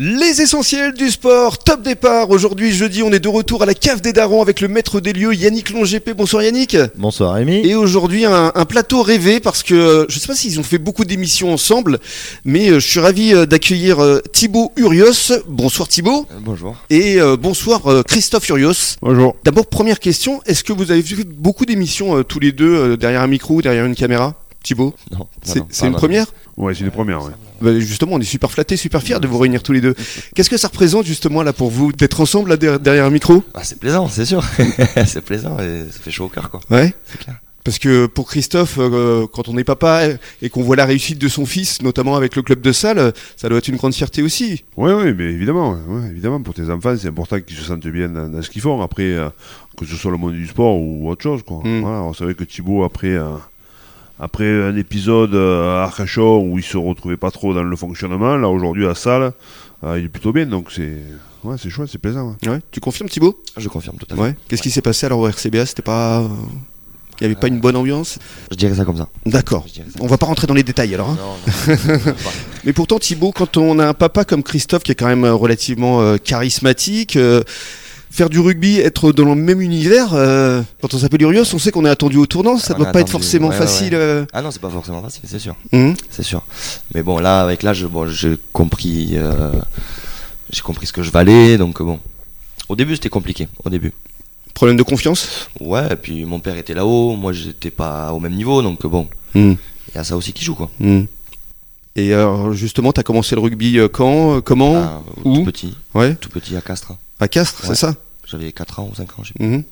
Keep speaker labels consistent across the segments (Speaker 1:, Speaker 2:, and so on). Speaker 1: Les essentiels du sport, top départ. Aujourd'hui, jeudi, on est de retour à la cave des darons avec le maître des lieux Yannick Longépé. Bonsoir Yannick.
Speaker 2: Bonsoir Rémi.
Speaker 1: Et aujourd'hui, un, un plateau rêvé parce que euh, je ne sais pas s'ils ont fait beaucoup d'émissions ensemble, mais euh, je suis ravi euh, d'accueillir euh, Thibaut Urios. Bonsoir Thibaut.
Speaker 2: Bonjour.
Speaker 1: Et euh, bonsoir euh, Christophe Urios.
Speaker 2: Bonjour.
Speaker 1: D'abord, première question, est-ce que vous avez fait beaucoup d'émissions euh, tous les deux euh, derrière un micro ou derrière une caméra Thibaut,
Speaker 2: Non,
Speaker 1: c'est
Speaker 2: Ah non,
Speaker 1: c'est une
Speaker 2: pardon.
Speaker 1: première
Speaker 3: Ouais, c'est les premières, ouais.
Speaker 1: Bah, Justement, on est super flattés, super fiers de vous réunir tous les deux. Qu'est-ce que ça représente justement là pour vous d'être ensemble là, der- derrière un micro
Speaker 2: Ah, c'est plaisant, c'est sûr. c'est plaisant et ça fait chaud au cœur quoi.
Speaker 1: Ouais.
Speaker 2: C'est clair.
Speaker 1: Parce que pour Christophe, euh, quand on est papa et qu'on voit la réussite de son fils, notamment avec le club de salle, ça doit être une grande fierté aussi.
Speaker 3: Ouais, ouais, mais évidemment, ouais, ouais, évidemment, pour tes enfants, c'est important qu'ils se sentent bien dans, dans ce qu'ils font. Après, euh, que ce soit le monde du sport ou autre chose, quoi.
Speaker 1: Mm.
Speaker 3: Voilà, on savait que Thibaut, après, euh, après un épisode euh, à Arcachon où il se retrouvait pas trop dans le fonctionnement, là, aujourd'hui, à Salle, euh, il est plutôt bien, donc c'est. Ouais, c'est chouette, c'est plaisant. ouais.
Speaker 1: Ouais. Tu confirmes Thibaut
Speaker 2: Je confirme tout à fait.
Speaker 1: Ouais. Qu'est-ce qui s'est passé alors au RCBA C'était pas, euh, il y avait
Speaker 2: Euh,
Speaker 1: pas une bonne ambiance
Speaker 2: Je dirais ça comme ça.
Speaker 1: D'accord.
Speaker 2: Je dirais ça.
Speaker 1: On va pas rentrer dans les détails alors. hein.
Speaker 2: Non, non.
Speaker 1: Mais pourtant, Thibaut, quand on a un papa comme Christophe, qui est quand même euh, relativement euh, charismatique, euh, faire du rugby, être dans le même univers, euh, quand on s'appelle Urios, on sait qu'on est attendu au tournant, ça
Speaker 2: Ah, On
Speaker 1: doit
Speaker 2: est
Speaker 1: pas être
Speaker 2: attendu,
Speaker 1: forcément
Speaker 2: ouais, ouais,
Speaker 1: facile. euh.
Speaker 2: ah non, c'est pas forcément facile, c'est sûr.
Speaker 1: Mhm.
Speaker 2: C'est sûr. Mais bon, là, avec l'âge, bon, j'ai compris, euh, j'ai compris ce que je valais, donc euh, bon. Au début, c'était compliqué. Au début.
Speaker 1: Problème de confiance
Speaker 2: Ouais. Et puis mon père était là-haut, moi j'étais pas au même niveau, donc euh, bon.
Speaker 1: Mhm.
Speaker 2: Il y a ça aussi qui joue quoi.
Speaker 1: Mhm. Et alors, justement, t'as commencé le rugby euh, quand euh, Comment
Speaker 2: Ah,
Speaker 1: où
Speaker 2: tout petit,
Speaker 1: Ouais,
Speaker 2: tout petit à Castres.
Speaker 1: à Castres,
Speaker 2: Ouais.
Speaker 1: c'est ça
Speaker 2: J'avais 4 ans ou 5 ans, je sais
Speaker 1: Mhm.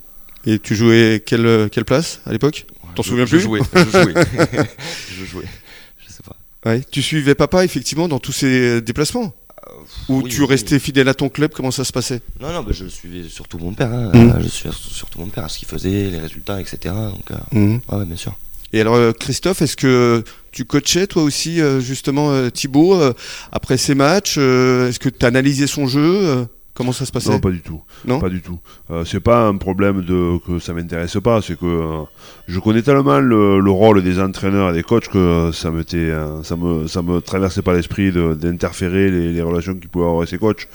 Speaker 1: Et tu jouais quelle, euh, quelle place à l'époque T'en
Speaker 2: Je-
Speaker 1: souviens
Speaker 2: je
Speaker 1: plus
Speaker 2: jouais, je jouais. je jouais. Je sais pas.
Speaker 1: Ouais. Tu suivais papa, effectivement, dans tous ses euh, déplacements Ou
Speaker 2: oui,
Speaker 1: tu
Speaker 2: oui,
Speaker 1: restais fidèle à ton club Comment ça se passait
Speaker 2: Non, non, mais je suivais surtout mon père. hein.
Speaker 1: Mhm.
Speaker 2: Euh, Je suivais surtout mon père, ce qu'il faisait, les résultats, etc. Donc, euh,
Speaker 1: Mhm.
Speaker 2: ouais, ouais, bien sûr.
Speaker 1: Et alors, euh, Christophe, est-ce que tu coachais toi aussi, euh, justement, euh, Thibaut, euh, après ces matchs euh, Est-ce que tu analysé son jeu euh, Comment ça se passait
Speaker 3: Non, pas du tout.
Speaker 1: Non
Speaker 3: pas du tout. Euh, c'est pas un problème de que ça m'intéresse pas, c'est que euh, je connais tellement le, le rôle des entraîneurs et des coachs que euh, ça me, ça me, ça me traversait pas l'esprit de- d'interférer les, les relations qu'ils pouvaient avoir avec ces coachs.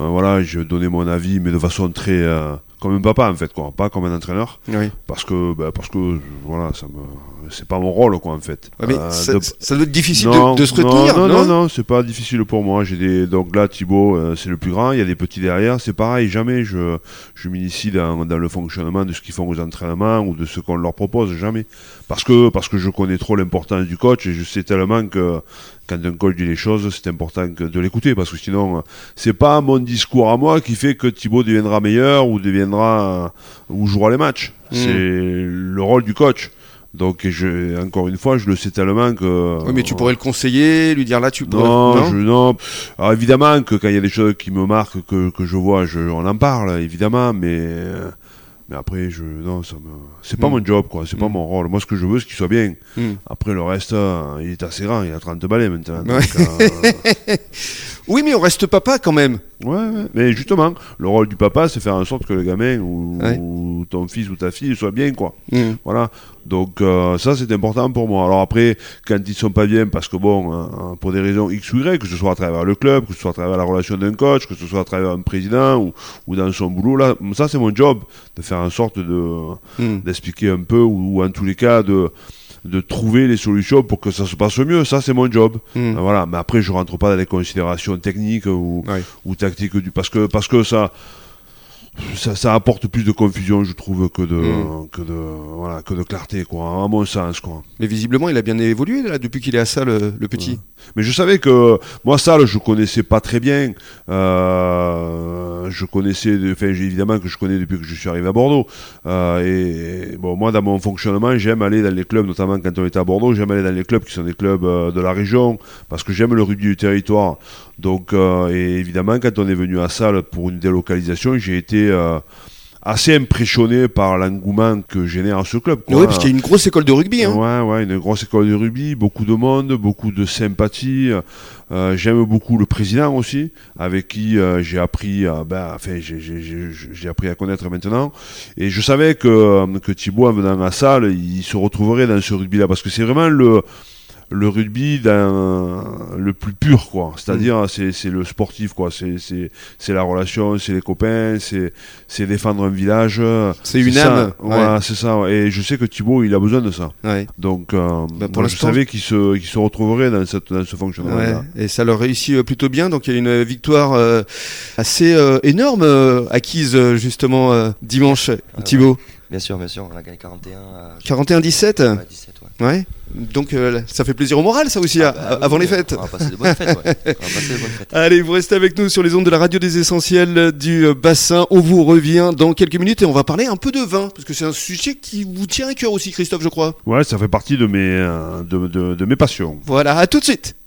Speaker 3: Euh, voilà, je donnais mon avis, mais de façon très euh, comme un papa en fait, quoi, pas comme un entraîneur,
Speaker 1: Oui. Ouais,
Speaker 3: parce que, bah, parce que, euh, voilà, ça me, c'est pas mon rôle, quoi, en fait.
Speaker 1: mais
Speaker 3: Euh,
Speaker 1: ça,
Speaker 3: de-
Speaker 1: ça doit être difficile
Speaker 3: non,
Speaker 1: de, de se
Speaker 3: non,
Speaker 1: retenir,
Speaker 3: Non, non, non, c'est pas difficile pour moi. J'ai des donc là Thibaut, euh, c'est le plus grand. Il y a des petits derrière. C'est pareil. Jamais je je m'initie dans, dans le fonctionnement de ce qu'ils font aux entraînements ou de ce qu'on leur propose. Jamais parce que parce que je connais trop l'importance du coach et je sais tellement que quand un coach dit les choses, c'est important que de l'écouter parce que sinon euh, c'est pas mon discours à moi qui fait que Thibaut deviendra meilleur ou deviendra euh, ou jouera les matchs.
Speaker 1: Mm.
Speaker 3: C'est le rôle du coach. Donc et je, encore une fois, je le sais tellement que.
Speaker 1: Oui, mais tu pourrais le conseiller, lui dire là, tu pourrais.
Speaker 3: Non, je- non. Alors, évidemment que quand il y a des choses qui me marquent, que, que je vois, je, on en parle, évidemment, mais, euh, mais après, je, non, ça me, c'est pas
Speaker 1: Mm.
Speaker 3: mon job, quoi, c'est pas
Speaker 1: Mm.
Speaker 3: mon rôle. Moi, ce que je veux, c'est qu'il soit bien.
Speaker 1: Mm.
Speaker 3: Après, le reste, euh, il est assez grand, il a 30 balais maintenant.
Speaker 1: Ouais.
Speaker 3: donc, euh,
Speaker 1: Oui, mais on reste papa quand même.
Speaker 3: Ouais, ouais. mais justement, le rôle du papa, c'est faire en sorte que le gamin ou,
Speaker 1: Ouais.
Speaker 3: ou ton fils ou ta fille soit bien, quoi.
Speaker 1: Mmh,
Speaker 3: Voilà. Donc euh, ça c'est important pour moi. Alors après, quand ils sont pas bien, parce que bon, hein, pour des raisons X ou Y, que ce soit à travers le club, que ce soit à travers la relation d'un coach, que ce soit à travers un président ou, ou dans son boulot, là, ça c'est mon job, de faire en sorte de
Speaker 1: Mm.
Speaker 3: d'expliquer un peu ou, ou en tous les cas de de trouver les solutions pour que ça se passe mieux. Ça c'est mon job.
Speaker 1: Mm.
Speaker 3: Euh, Voilà. Mais après je rentre pas dans les considérations techniques ou
Speaker 1: Ouais.
Speaker 3: ou tactique du parce que parce que ça ça, ça apporte plus de confusion je trouve que de
Speaker 1: Mm.
Speaker 3: que de voilà que de clarté quoi à mon sens quoi
Speaker 1: Mais visiblement, il a bien évolué là depuis qu'il est à ça, le, le petit.
Speaker 3: mais je savais que moi ça je connaissais pas très bien euh, je connaissais de- enfin j'ai- évidemment que je connais depuis que je suis arrivé à Bordeaux Euh, et, et bon moi dans mon fonctionnement j'aime aller dans les clubs notamment quand on était à Bordeaux j'aime aller dans les clubs qui sont des clubs euh, de la région parce que j'aime le rugby du territoire donc euh, et évidemment quand on est venu à Salle pour une délocalisation j'ai été euh, assez impressionné par l'engouement que génère ce club quoi.
Speaker 1: Oui, parce qu'il y a une grosse école de rugby. Hein.
Speaker 3: Ouais, ouais, une grosse école de rugby, beaucoup de monde, beaucoup de sympathie. Euh, J'aime beaucoup le président aussi, avec qui euh, j'ai appris, euh, ben, enfin, j'ai- j'ai- j'ai j'ai appris à connaître maintenant. Et je savais euh, que, que Thibaut, en venant à la salle, il se retrouverait dans ce rugby-là, parce que c'est vraiment le le rugby dans le plus pur quoi
Speaker 1: Mm.
Speaker 3: c'est-à-dire c'est c'est le sportif quoi c'est c'est c'est la relation c'est les copains c'est c'est défendre un village
Speaker 1: C'est une
Speaker 3: ça.
Speaker 1: âme.
Speaker 3: voilà c'est ça et je sais que Thibaut il a besoin de ça
Speaker 1: Ouais.
Speaker 3: donc euh,
Speaker 1: Bah, pour
Speaker 3: moi, je
Speaker 1: l'instant-
Speaker 3: savais qu'il se qu'il se retrouverait dans cette dans ce fonctionnement
Speaker 1: Ouais,
Speaker 3: là
Speaker 1: et ça leur réussit euh, plutôt bien. Donc il y a une euh, victoire euh, assez euh, énorme euh, acquise euh, justement euh, dimanche.
Speaker 2: Ah ouais.
Speaker 1: Thibaut,
Speaker 2: Bien sûr, bien sûr, on a gagné 41 à
Speaker 1: 41-17.
Speaker 2: euh, à 17, ouais.
Speaker 1: Ouais. Donc euh, ça fait plaisir au moral, ça aussi, à-
Speaker 2: Ah bah,
Speaker 1: avant
Speaker 2: oui,
Speaker 1: les fêtes.
Speaker 2: On va passer de bonnes fêtes, ouais. On va passer de bonnes fêtes.
Speaker 1: Allez, vous restez avec nous sur les ondes de la radio des essentiels du euh, bassin. On vous revient dans quelques minutes et on va parler un peu de vin, parce que c'est un sujet qui vous tient à cœur aussi, Christophe, je crois.
Speaker 3: ouais ça fait partie de mes euh, de- de, de mes passions
Speaker 1: Voilà, à tout de suite.